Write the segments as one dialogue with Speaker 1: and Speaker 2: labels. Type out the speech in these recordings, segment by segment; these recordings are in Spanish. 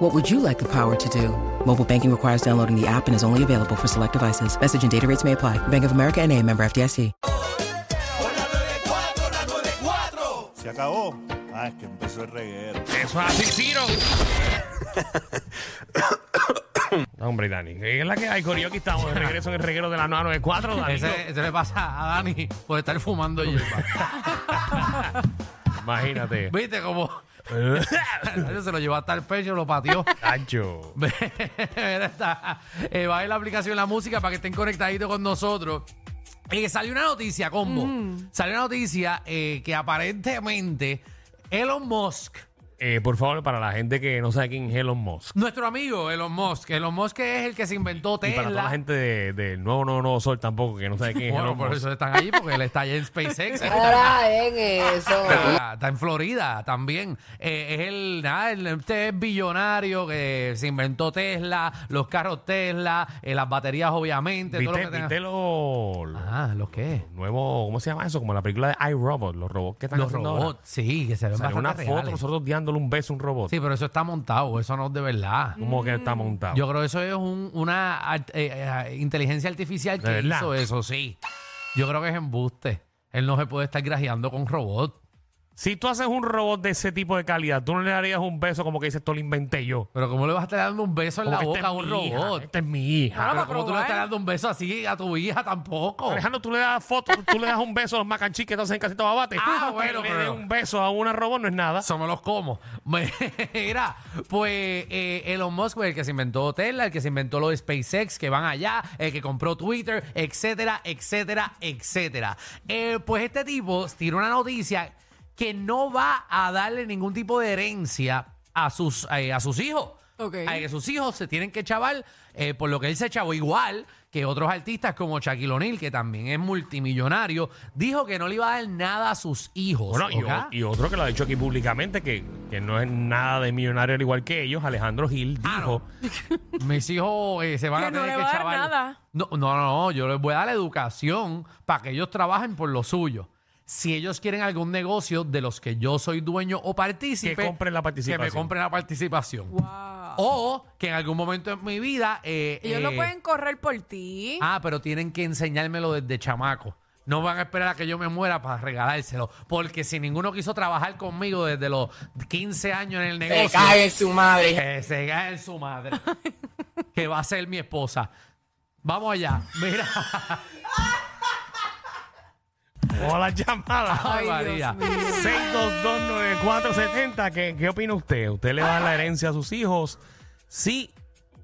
Speaker 1: What would you like the power to do? Mobile banking requires downloading the app and is only available for select devices. Message and data rates may apply. Bank of America and a member FDIC.
Speaker 2: Con la 94, la 94.
Speaker 3: Se acabó. Ah, es que empezó el eh, reguero.
Speaker 4: Eso es así, Ciro. No, Hombre, Dani, ¿qué es la que hay? Corioki estamos de regreso en el reguero de la 994, Dani.
Speaker 5: Ese, ese le pasa a Dani por estar fumando hierba.
Speaker 4: Imagínate.
Speaker 5: ¿Viste cómo?
Speaker 4: Eh.
Speaker 5: Nacho se lo llevó hasta el pecho, lo pateó.
Speaker 4: Tacho.
Speaker 5: Mira, está. Eh, bajen la aplicación La Música para que estén conectaditos con nosotros. Eh, salió una noticia, combo. Salió una noticia eh, que aparentemente Elon Musk,
Speaker 4: Eh, por favor, para la gente que no sabe quién es Elon Musk.
Speaker 5: nuestro amigo Elon Musk, Elon Musk es el que se inventó
Speaker 4: Y
Speaker 5: Tesla.
Speaker 4: para toda la gente de- del nuevo, nuevo, nuevo sol tampoco, que no sabe quién es
Speaker 5: Bueno,
Speaker 4: Elon
Speaker 5: por
Speaker 4: Musk.
Speaker 5: eso están allí, porque él está allá en SpaceX.
Speaker 6: Ahora ven eso.
Speaker 5: Ah, está en Florida también. Eh, es el, nada, el- este es billonario que se inventó Tesla, los carros Tesla, eh, las baterías obviamente. todo lo
Speaker 4: ¿Viste,
Speaker 5: que tenga-
Speaker 4: viste lo- los
Speaker 5: Ah, ¿los qué?
Speaker 4: nuevos, ¿cómo se llama eso? Como la película de iRobot, los robots que están
Speaker 5: Los
Speaker 4: haciendo
Speaker 5: robots, sí, que se ven
Speaker 4: ahora. Salió una
Speaker 5: bastante
Speaker 4: foto
Speaker 5: reales.
Speaker 4: nosotros dándole un beso a un robot.
Speaker 5: Sí, pero eso está montado, eso no es de verdad.
Speaker 4: Como que está montado.
Speaker 5: Yo creo que eso es un- una art- eh, eh, inteligencia artificial
Speaker 4: ¿De
Speaker 5: que
Speaker 4: verdad?
Speaker 5: hizo eso, sí. Yo creo que es embuste. Él no se puede estar grajeando con robot.
Speaker 4: Si tú haces un robot de ese tipo de calidad, tú no le darías un beso como que dices, esto lo inventé yo.
Speaker 5: Pero ¿cómo le vas a estar dando un beso en
Speaker 4: Como
Speaker 5: la
Speaker 4: que esta
Speaker 5: boca a
Speaker 4: es
Speaker 5: un
Speaker 4: mi hija,
Speaker 5: robot?
Speaker 4: esta es mi hija.
Speaker 5: Pero como tú no estás dando un beso así a tu hija tampoco.
Speaker 4: Alejandro, tú le das fotos, tú le das un beso a los macanchis que están en casita babate.
Speaker 5: Ah, bueno,
Speaker 4: que le
Speaker 5: pero-
Speaker 4: des un beso a una robot no es nada.
Speaker 5: Eso me los como. Mira, pues eh, Elon Musk, el que se inventó Tesla, el que se inventó lo de SpaceX, que van allá, el que compró Twitter, etcétera, etcétera, etcétera. Eh, pues este tipo tiró una noticia que no va a darle ningún tipo de herencia a sus, eh, a sus hijos.
Speaker 6: Ok.
Speaker 5: A que sus hijos se tienen que chaval eh, por lo que él se chavó igual que otros artistas como Shaquille O'Neal, que también es multimillonario, dijo que no le iba a dar nada a sus hijos.
Speaker 4: Bueno, y,
Speaker 5: ¿ok?
Speaker 4: o- y otro que lo ha dicho aquí públicamente, que, que no es nada de millonario al igual que ellos, Alejandro Gil dijo.
Speaker 5: Ah, no. Mis hijos eh, se van
Speaker 7: Que
Speaker 5: a
Speaker 7: no
Speaker 5: tener que
Speaker 7: le va a dar
Speaker 5: chaval.
Speaker 7: nada.
Speaker 5: No, no, no, yo les voy a dar la educación para que ellos trabajen por lo suyo. Si ellos quieren algún negocio de los que yo soy dueño o partícipe,
Speaker 4: Que compren la participación.
Speaker 5: que me compren la participación.
Speaker 7: Wow.
Speaker 5: O que en algún momento en mi vida. eh,
Speaker 7: Ellos
Speaker 5: eh,
Speaker 7: lo pueden correr por ti.
Speaker 5: Ah, pero tienen que enseñármelo desde chamaco. No van a esperar a que yo me muera para regalárselo. Porque si ninguno quiso trabajar conmigo desde los 15 años en el negocio.
Speaker 6: Se cae en su madre.
Speaker 7: Eh,
Speaker 5: Que se cae en su madre. que va a ser mi esposa. Vamos allá. Mira.
Speaker 4: O la llamada.
Speaker 5: Ay,
Speaker 7: Ay,
Speaker 5: María.
Speaker 7: Dios
Speaker 4: 6229470. ¿Qué, ¿Qué opina usted? ¿Usted le va a dar la herencia a sus hijos? ¿Sí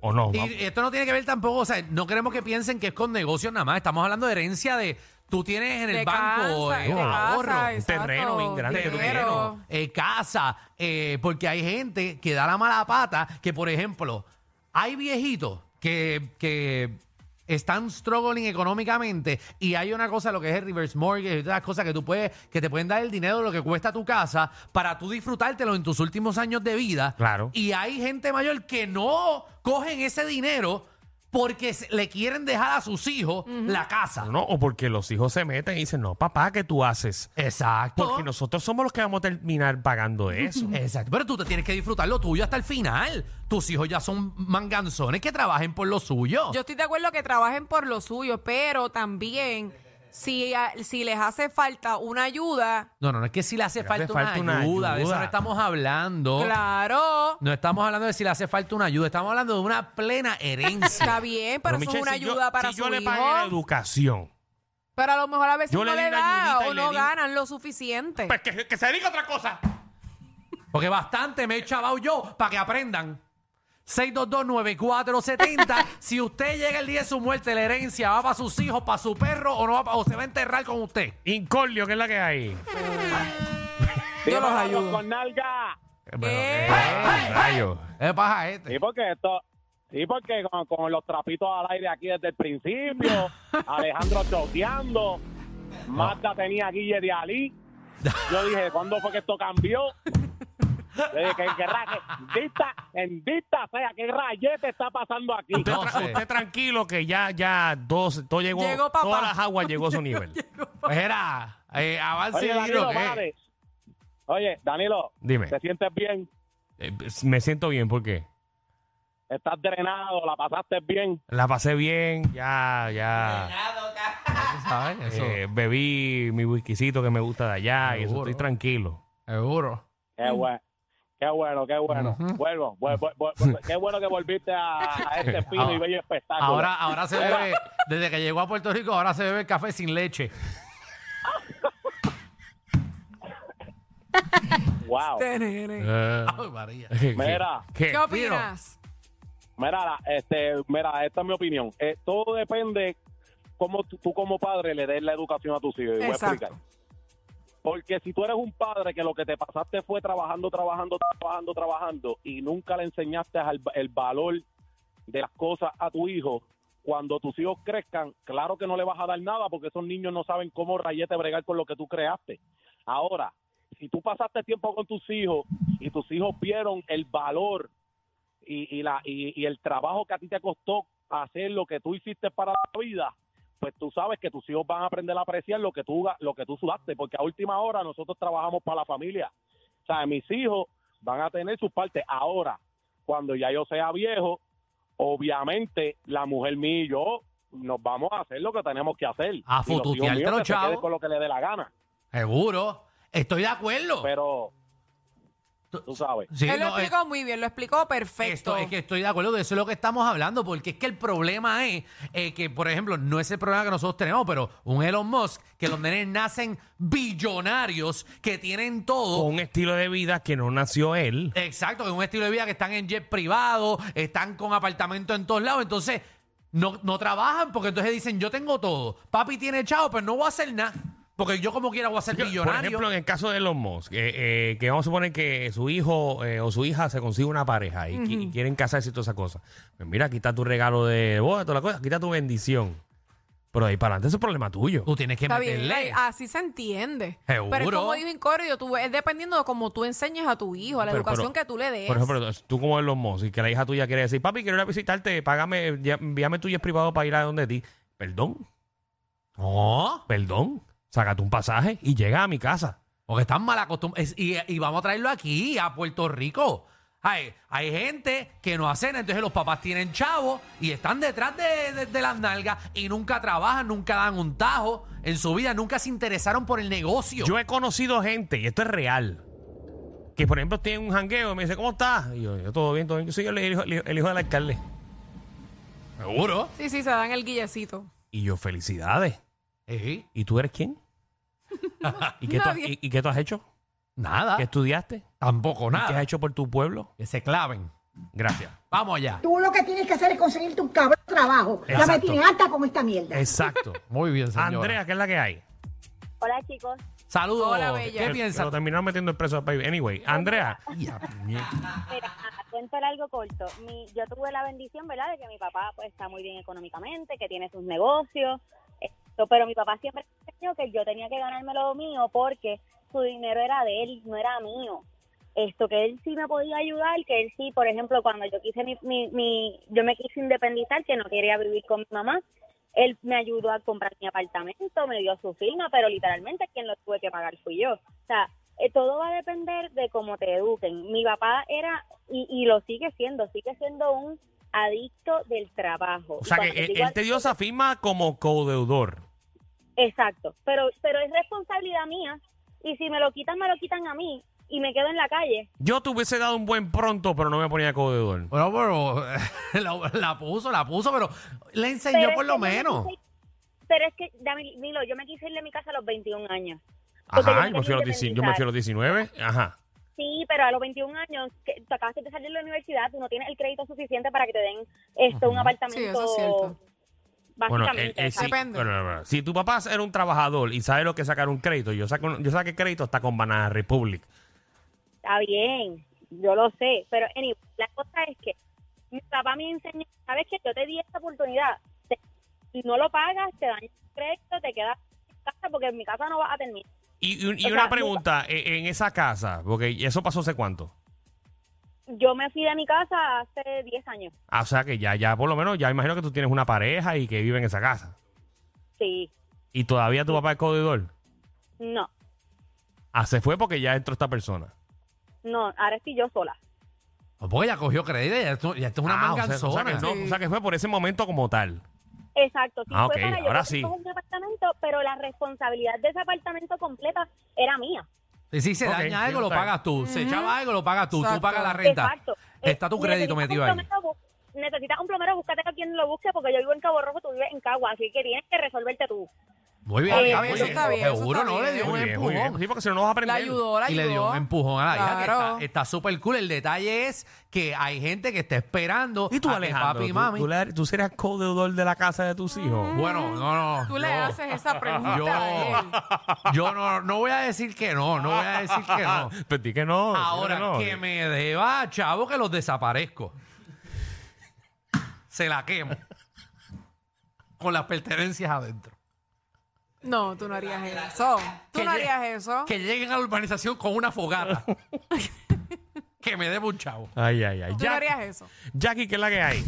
Speaker 4: o no?
Speaker 5: Y
Speaker 4: Vamos.
Speaker 5: esto no tiene que ver tampoco, o sea, no queremos que piensen que es con negocios nada más. Estamos hablando de herencia de tú tienes en el
Speaker 7: De
Speaker 5: banco
Speaker 7: casa,
Speaker 5: eh,
Speaker 7: de
Speaker 5: un
Speaker 7: casa,
Speaker 5: ahorro.
Speaker 4: un terreno
Speaker 7: exacto,
Speaker 4: bien grande,
Speaker 7: dinero.
Speaker 5: terreno, eh, casa, eh, porque hay gente que da la mala pata, que por ejemplo, hay viejitos que, que están struggling económicamente y hay una cosa, lo que es el reverse mortgage y todas las cosas que tú puedes, que te pueden dar el dinero de lo que cuesta tu casa para tú disfrutártelo en tus últimos años de vida.
Speaker 4: Claro.
Speaker 5: Y hay gente mayor que no cogen ese dinero porque se- le quieren dejar a sus hijos la casa.
Speaker 4: ¿No? O porque los hijos se meten y dicen, no, papá, ¿qué tú haces?
Speaker 5: Exacto.
Speaker 7: Oh.
Speaker 4: Porque nosotros somos los que vamos a terminar pagando eso.
Speaker 5: Exacto, pero tú te tienes que disfrutar lo tuyo hasta el final. Tus hijos ya son manganzones que trabajen por lo suyo.
Speaker 7: Yo estoy de acuerdo que trabajen por lo suyo, pero también si, a- si les hace falta una ayuda,
Speaker 5: No, no, no es que si le hace
Speaker 4: Le
Speaker 5: falta,
Speaker 4: hace falta
Speaker 5: una,
Speaker 4: una
Speaker 5: ayuda, de eso
Speaker 4: ayuda.
Speaker 5: no estamos
Speaker 4: Oh.
Speaker 5: hablando.
Speaker 7: claro,
Speaker 5: No estamos hablando de si le hace falta una ayuda, estamos hablando de una plena herencia.
Speaker 7: está bien, pero, eso
Speaker 4: Michelle,
Speaker 7: es una
Speaker 4: si yo-
Speaker 7: ayuda para
Speaker 4: si
Speaker 7: su
Speaker 4: yo le
Speaker 7: hijo.
Speaker 4: pagué la educación.
Speaker 7: Pero a lo mejor a veces
Speaker 4: Yo
Speaker 7: no
Speaker 4: le
Speaker 7: le,
Speaker 4: di una
Speaker 7: da
Speaker 4: ayudita y
Speaker 7: o
Speaker 4: le
Speaker 7: no
Speaker 4: di-
Speaker 7: ganan lo suficiente.
Speaker 4: Pues que, que se diga otra cosa.
Speaker 5: Porque bastante me he chavado yo para que aprendan. 6229470. si usted llega el día de su muerte, la herencia va para sus hijos, para su perro o, no va pa- o se va a enterrar con usted.
Speaker 4: Incordio, que es la que hay.
Speaker 7: yo los ayudo.
Speaker 8: con nalga.
Speaker 4: Pero,
Speaker 7: ¿Qué?
Speaker 4: eh, rayos.
Speaker 5: ¿Qué pasa este?
Speaker 8: Sí, porque esto. Sí, porque con, con los trapitos al aire aquí desde el principio, Alejandro choteando. Mazda tenía a Guille de Ali. Yo dije, ¿cuándo fue que esto cambió? Yo dije, ¿qué, qué ra- qué- dita- en dita sea, ¿qué rayete está pasando aquí?
Speaker 4: Usted,
Speaker 5: No
Speaker 4: tra-
Speaker 5: sé.
Speaker 4: usted tranquilo que ya, ya, todo, se- todo llegó,
Speaker 7: Llegó papá.
Speaker 4: todas las aguas llegó a su nivel.
Speaker 5: Pues era, eh, avance
Speaker 8: Oye,
Speaker 5: y
Speaker 8: Danilo,
Speaker 5: giro, ¿qué?
Speaker 8: vale. Oye, Danilo,
Speaker 4: Dime.
Speaker 8: ¿te sientes bien?
Speaker 4: Eh, pues, me siento bien, ¿por qué?
Speaker 8: ¿Estás drenado? ¿La pasaste bien?
Speaker 4: La pasé bien, ya, ya.
Speaker 5: ¿Sabes? Eso,
Speaker 4: eh, bebí mi whiskycito que me gusta de allá y eso,
Speaker 5: Seguro.
Speaker 4: estoy tranquilo.
Speaker 5: seguro.
Speaker 8: Qué bueno. Qué bueno, qué bueno. Vuelvo, vuel- vuel- vuel- qué bueno que volviste a, a este fino y bello espectáculo.
Speaker 5: Ahora, ahora se bebe, desde que llegó a Puerto Rico, ahora se bebe el café sin leche.
Speaker 8: wow.
Speaker 7: Tenere.
Speaker 4: Eh,
Speaker 5: Ay, María.
Speaker 4: ¿qué- qué-
Speaker 8: Mira.
Speaker 4: qué?
Speaker 7: ¿Qué opinas?
Speaker 8: Mira, la- este, mira, esta es mi opinión. Eh, todo depende cómo tú, tú como padre le des la educación a tus hijos. Y voy a
Speaker 7: Exacto.
Speaker 8: explicar. Porque si tú eres un padre que lo que te pasaste fue trabajando, trabajando, trabajando, trabajando y nunca le enseñaste al- el valor de las cosas a tu hijo, cuando tus hijos crezcan, claro que no le vas a dar nada porque esos niños no saben cómo rayete bregar con lo que tú creaste. Ahora, si tú pasaste tiempo con tus hijos y tus hijos vieron el valor y, y la, y, y el trabajo que a ti te costó hacer lo que tú hiciste para la vida, pues tú sabes que tus hijos van a aprender a apreciar lo que tú, ga- lo que tú sudaste, porque a última hora nosotros trabajamos para la familia. O sea, mis hijos van a tener sus partes. Ahora, cuando ya yo sea viejo, obviamente la mujer mía y yo nos vamos a hacer lo que tenemos que hacer.
Speaker 5: A
Speaker 8: Y los hijos
Speaker 5: fututearte
Speaker 8: míos
Speaker 5: los
Speaker 8: que se queden
Speaker 5: chavos.
Speaker 8: con lo que le dé la gana.
Speaker 5: Seguro. Estoy de acuerdo.
Speaker 8: Pero, tú sabes.
Speaker 5: Sí,
Speaker 7: Él lo
Speaker 5: no, eh,
Speaker 7: explicó muy bien, lo explicó perfecto.
Speaker 5: Esto, es que estoy de acuerdo, de eso es lo que estamos hablando, porque es que el problema es eh, que, por ejemplo, no es el problema que nosotros tenemos, pero un Elon Musk, que los nenes nacen billonarios, que tienen todo.
Speaker 4: Con un estilo de vida que no nació él.
Speaker 5: Exacto, que es un estilo de vida que están en jet privado, están con apartamentos en todos lados, entonces no, no trabajan porque entonces dicen, yo tengo todo. Papi tiene chavo, pero no voy a hacer nada, porque yo como quiera voy a ser
Speaker 4: Por
Speaker 5: millonario.
Speaker 4: ejemplo, en el caso de Elon Musk, eh, eh, que vamos a suponer que su hijo eh, o su hija se consigue una pareja y, qui- y quieren casarse y toda esa cosa. Pues mira, aquí está tu regalo de boda, toda la cosa, aquí está tu bendición. Pero de ahí para adelante es un problema tuyo.
Speaker 5: Tú tienes que
Speaker 7: Está bien,
Speaker 5: meterle.
Speaker 7: ahí- ah. así se entiende.
Speaker 5: Seguro.
Speaker 7: Pero es como dijo Incordio, tú, es dependiendo de cómo tú enseñes a tu hijo, a la
Speaker 4: Pero-
Speaker 7: educación
Speaker 4: pero-
Speaker 7: que tú le des.
Speaker 4: Por ejemplo, tú como Elon Musk y que la hija tuya quiere decir, papi, quiero ir a visitarte, págame, ya- envíame tu jet privado para ir a donde ti. Perdón,
Speaker 5: No,
Speaker 4: perdón, sácate un pasaje y llega a mi casa.
Speaker 5: porque están mal acostumbrados. Y, y vamos a traerlo aquí, a Puerto Rico. Ay, hay gente que no hacen, entonces los papás tienen chavos y están detrás de, de- de las nalgas y nunca trabajan, nunca dan un tajo en su vida, nunca se interesaron por el negocio.
Speaker 4: Yo he conocido gente, y esto es real, que por ejemplo tiene un jangueo y me dice, ¿cómo estás? Y yo, yo todo bien, todo bien. Yo soy el hijo, el hijo- el hijo del alcalde.
Speaker 5: Seguro.
Speaker 7: sí, sí, se dan el guillecito.
Speaker 4: Y yo, felicidades.
Speaker 5: Ejé.
Speaker 4: ¿Y tú eres quién? ¿Y, qué tú, has-
Speaker 7: Nadie.
Speaker 4: y- y qué tú has hecho?
Speaker 5: Nada.
Speaker 4: ¿Qué estudiaste?
Speaker 5: Tampoco
Speaker 4: ¿Qué
Speaker 5: Ah. nada.
Speaker 4: has hecho por tu pueblo?
Speaker 5: Que se claven.
Speaker 4: Gracias.
Speaker 5: Vamos allá.
Speaker 9: Tú lo que tienes que hacer es conseguirte un cabrón trabajo. Ya me
Speaker 4: Exacto. Eh.
Speaker 9: tienes alta con esta mierda.
Speaker 4: Exacto.
Speaker 5: Muy bien, señora.
Speaker 4: Andrea, ¿qué es la que hay?
Speaker 10: Hola chicos,
Speaker 5: Saludos.
Speaker 7: Hola, bella.
Speaker 5: ¿Qué
Speaker 4: Pero-
Speaker 5: piensas?
Speaker 4: Pero terminaron metiendo el preso al país. Anyway, Andrea.
Speaker 10: mira, ah, cuento algo corto. Mi, yo tuve la bendición, ¿verdad?, de que mi papá pues, está muy bien económicamente, que tiene sus negocios, esto, pero mi papá siempre me enseñó que yo tenía que ganarme lo mío porque su dinero era de él, no era mío. Esto, que él sí me podía ayudar, que él sí, por ejemplo, cuando yo quise mi, mi, mi- yo me quise independizar, que no quería vivir con mi mamá, él me ayudó a comprar mi apartamento, me dio su firma, pero literalmente quien lo tuve que pagar fui yo. O sea, eh, todo va a depender de cómo te eduquen. Mi papá era, y, y lo sigue siendo, sigue siendo un adicto del trabajo.
Speaker 4: O
Speaker 10: Y
Speaker 4: sea, que
Speaker 10: cuando
Speaker 4: él,
Speaker 10: digo
Speaker 4: él te dio esa firma como codeudor.
Speaker 10: Exacto, pero pero es responsabilidad mía y si me lo quitan me lo quitan a mí y me quedo en la calle.
Speaker 4: Yo te hubiese dado un buen pronto, pero no me ponía codeudor.
Speaker 5: Bueno, pero la, la puso, la puso, pero le enseñó
Speaker 10: Pero es
Speaker 5: por
Speaker 10: que
Speaker 5: lo
Speaker 10: yo me
Speaker 5: menos.
Speaker 10: quise- pero es que Danilo, yo me quise ir de mi casa a los 21 años. Porque
Speaker 4: Ajá, yo
Speaker 10: yo
Speaker 4: me,
Speaker 10: me
Speaker 4: fui a los
Speaker 10: quería
Speaker 4: 19, yo me fui a
Speaker 10: independizar.
Speaker 4: los 19. Ajá.
Speaker 10: Sí, pero a los 21 años que tú acabas de salir de la universidad, tú no tienes el crédito suficiente para que te den esto un apartamento.
Speaker 7: Sí, eso es cierto.
Speaker 4: Bueno,
Speaker 10: Básicamente,
Speaker 4: él- él sí-
Speaker 10: ¿sabes?
Speaker 7: Depende.
Speaker 4: bueno, no, no, no. si tu papá era un trabajador y sabe lo que es sacar un crédito, yo saco, yo saqué crédito hasta con Banana Republic.
Speaker 10: está bien, yo lo sé, pero anyway, la cosa es que mi papá me enseñó, sabes que yo te di esta oportunidad, te- si no lo pagas, te dan el crédito, te quedas, casa porque en mi casa no vas a terminar.
Speaker 4: Y, y un- y
Speaker 10: O sea,
Speaker 4: una
Speaker 10: mi-
Speaker 4: pregunta, e- en esa casa, porque eso pasó hace cuánto.
Speaker 10: Yo me fui de mi casa hace 10 años.
Speaker 4: Ah, o sea que ya, ya por lo menos, ya imagino que tú tienes una pareja y que vive en esa casa.
Speaker 10: Sí,
Speaker 4: Y todavía tu papá es codidor.
Speaker 10: no,
Speaker 4: Ah, se fue porque ya entró esta persona.
Speaker 10: no, ahora estoy yo sola.
Speaker 5: Pues ya cogió crédito, ya esto, ya esto es una
Speaker 4: Ah, o sea-
Speaker 5: manganzona.
Speaker 4: O sea, que no, o sea que fue por ese momento como tal.
Speaker 10: Exacto, sí
Speaker 4: Ah, ok,
Speaker 10: fue para yo
Speaker 4: ahora
Speaker 10: comprar
Speaker 4: sí.
Speaker 10: un apartamento, pero la responsabilidad de ese apartamento completa era mía.
Speaker 5: Y si se
Speaker 4: Ok,
Speaker 5: daña algo,
Speaker 4: sí,
Speaker 5: lo
Speaker 4: está bien.
Speaker 5: pagas tú. Se
Speaker 7: Ujú.
Speaker 5: echaba algo, lo pagas tú. Tú
Speaker 7: Exacto.
Speaker 5: pagas la renta.
Speaker 10: Exacto.
Speaker 5: Está
Speaker 10: Eh,
Speaker 5: tu
Speaker 10: si
Speaker 5: crédito
Speaker 10: necesitas
Speaker 5: metido
Speaker 10: un
Speaker 5: ahí.
Speaker 10: plomero, bu- Necesitas un plomero, búscate a quien lo busque, porque yo vivo en Cabo Rojo, tú vives en Cagua, así que tienes que resolverte tú.
Speaker 5: Muy bien,
Speaker 7: Está
Speaker 5: muy
Speaker 7: bien, Eh, eso está bien, eso
Speaker 5: Seguro,
Speaker 7: está
Speaker 5: ¿no?
Speaker 7: bien.
Speaker 5: Le dio un
Speaker 4: Muy bien, muy bien.
Speaker 5: empujón.
Speaker 4: Sí, porque si no, no vas a aprender.
Speaker 7: La ayudó, la
Speaker 5: Y
Speaker 7: ayudó.
Speaker 5: le dio un empujón a la hija, que
Speaker 7: Claro.
Speaker 5: está- está súper cool. El detalle es que hay gente que está esperando
Speaker 4: Y tú,
Speaker 5: a que
Speaker 4: Alejandro,
Speaker 5: papi y
Speaker 4: tú-
Speaker 5: mami.
Speaker 4: Tú, le- tú serás codidor de la casa de tus hijos.
Speaker 5: Bueno, no, no.
Speaker 7: Tú le
Speaker 5: yo-
Speaker 7: haces esa pregunta
Speaker 5: Yo-
Speaker 7: a él.
Speaker 5: Yo no, no voy a decir que no, no voy a decir que no.
Speaker 4: Pero Pues di que no. di
Speaker 5: Ahora,
Speaker 4: no.
Speaker 5: que me deba, chavo, que los desaparezco. Se la quemo. Con las pertenencias adentro.
Speaker 7: No, tú no harías eso. Tú
Speaker 5: Que
Speaker 7: no
Speaker 5: llegue-
Speaker 7: harías eso.
Speaker 5: Que lleguen a la urbanización con una fogata. que me deba un chavo.
Speaker 4: Ay, ay, ay.
Speaker 7: Tú no
Speaker 4: Jack-
Speaker 7: harías eso.
Speaker 4: Jackie, ¿qué es la que hay?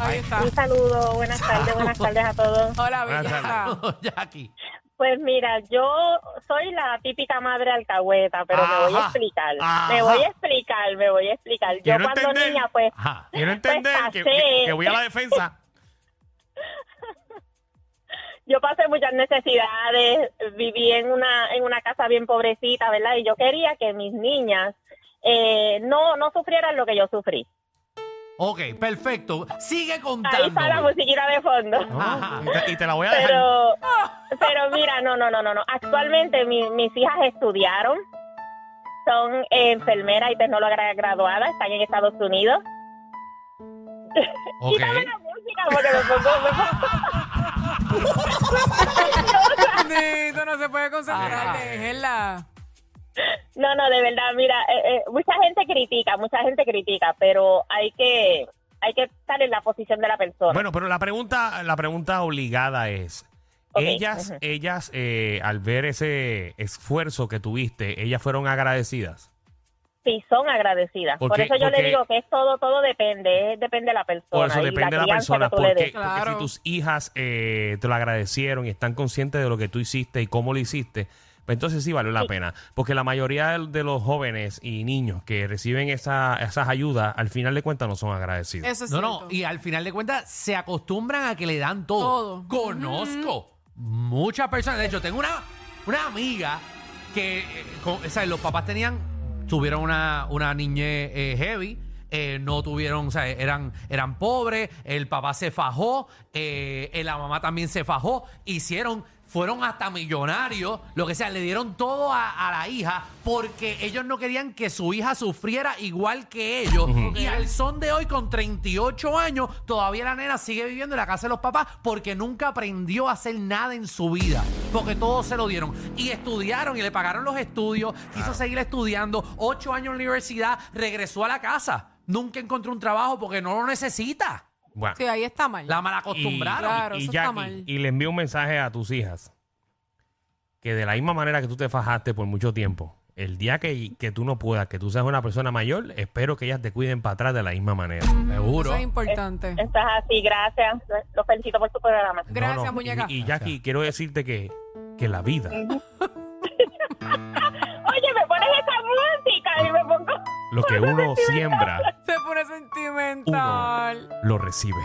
Speaker 7: Ahí está.
Speaker 10: Un saludo, buenas tardes, buenas tardes a todos.
Speaker 7: Hola,
Speaker 4: Buenas
Speaker 7: belleza.
Speaker 5: Jackie.
Speaker 10: Pues mira, yo soy la típica madre alcahueta, pero me voy a
Speaker 4: Ajá,
Speaker 10: explicar.
Speaker 4: ajá.
Speaker 10: Me voy a explicar, me voy a explicar. Yo
Speaker 4: Quiero
Speaker 10: cuando
Speaker 4: entender.
Speaker 10: niña, pues,
Speaker 5: Ajá.
Speaker 4: Quiero entender que,
Speaker 10: pasé.
Speaker 4: que- que voy a la defensa.
Speaker 10: yo pasé muchas necesidades, viví en una, en una casa bien pobrecita, ¿verdad? Y yo quería que mis niñas eh, no, no sufrieran lo que yo sufrí.
Speaker 5: Ok, perfecto. Sigue
Speaker 10: Ahí está la
Speaker 5: contando.
Speaker 10: musiquita de fondo.
Speaker 4: ¿no?
Speaker 5: Ajá.
Speaker 4: Y, te, y te la voy a dejar.
Speaker 10: Pero, pero mira, no, no, no, no, no. Actualmente mi- mis hijas estudiaron, son eh, enfermeras y tecnólogas graduadas, están en Estados Unidos.
Speaker 5: Ok.
Speaker 10: Quítame la música porque me pongo- me pongo-
Speaker 7: Bendito, no se puede concentrar.
Speaker 5: Ay.
Speaker 7: Déjenla.
Speaker 10: No, no, de verdad, mira, eh, eh, mucha gente critica, mucha gente critica, pero hay que, hay que estar en la posición de la persona.
Speaker 4: Bueno, pero la pregunta, la pregunta obligada es.
Speaker 10: Ok,
Speaker 4: Ellas,
Speaker 10: ujú.
Speaker 4: ellas, eh, al ver ese esfuerzo que tuviste, ellas fueron agradecidas.
Speaker 10: sí, son agradecidas.
Speaker 4: ¿Por
Speaker 10: Por,
Speaker 4: qué?
Speaker 10: eso yo
Speaker 4: Porque-
Speaker 10: le digo que es todo, todo depende, es- depende de la persona.
Speaker 4: Por eso
Speaker 10: y
Speaker 4: depende de la
Speaker 10: crianza
Speaker 4: persona.
Speaker 10: que tú le
Speaker 4: Porque,
Speaker 10: des.
Speaker 4: porque
Speaker 7: Claro.
Speaker 4: si tus hijas eh, te lo agradecieron y están conscientes de lo que tú hiciste y cómo lo hiciste, pues entonces sí valió la pena. Porque la mayoría de, de los jóvenes y niños que reciben esa- esas ayudas, al final de cuentas no son agradecidos.
Speaker 7: Eso es
Speaker 5: No, no,
Speaker 7: cierto.
Speaker 5: y al final de cuentas se acostumbran a que le dan todo.
Speaker 7: Todo.
Speaker 5: Conozco muchas personas. De hecho, tengo una, una amiga que eh, con- o sea, los papás tenían, tuvieron una, una niñez eh, heavy. eh, no tuvieron, o sea, eran, eran pobres, el papá se fajó, eh, eh, la mamá también se fajó, hicieron, fueron hasta millonarios, lo que sea, le dieron todo a, a la hija porque ellos no querían que su hija sufriera igual que ellos y al son de hoy, con 38 años, todavía la nena sigue viviendo en la casa de los papás porque nunca aprendió a hacer nada en su vida. Porque todos se lo dieron. Y estudiaron y le pagaron los estudios. Quiso seguir estudiando. Ocho años en la universidad. Regresó a la casa. Nunca encontró un trabajo porque no lo necesita.
Speaker 4: Bueno,
Speaker 7: Sí, ahí está mal.
Speaker 5: La
Speaker 4: y-
Speaker 5: malacostumbraron.
Speaker 7: Claro,
Speaker 4: y,
Speaker 7: eso está
Speaker 4: Jackie,
Speaker 7: mal.
Speaker 4: y le envío un mensaje a tus hijas que de la misma manera que tú te fajaste por mucho tiempo, el día que, que tú no puedas, que tú seas una persona mayor, espero que ellas te cuiden para atrás de la misma manera.
Speaker 5: Seguro.
Speaker 7: Eso es importante.
Speaker 10: Esto es así, gracias. Los felicito por su programa.
Speaker 4: No,
Speaker 7: Gracias,
Speaker 4: no,
Speaker 7: muñeca.
Speaker 4: Y, y Jackie, quiero decirte que, que la vida,
Speaker 10: Oye, me pones esa música y me pongo...
Speaker 4: lo que uno siembra,
Speaker 7: Se pone sentimental.
Speaker 4: lo recibe.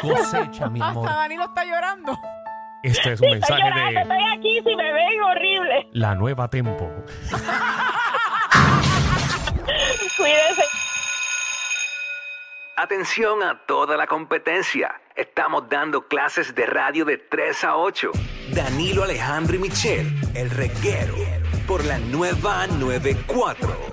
Speaker 5: Cosecha, mi amor.
Speaker 7: Hasta Danilo está llorando.
Speaker 4: Este es un
Speaker 10: Estoy
Speaker 4: mensaje
Speaker 10: llorando,
Speaker 4: de
Speaker 10: estoy aquí, si me ven, horrible.
Speaker 4: la nueva tempo.
Speaker 10: Cuídense.
Speaker 2: Atención a toda la competencia. Estamos dando clases de radio de 3 a 8. Danilo Alejandro y Michel, el reguero, por la nueva 94.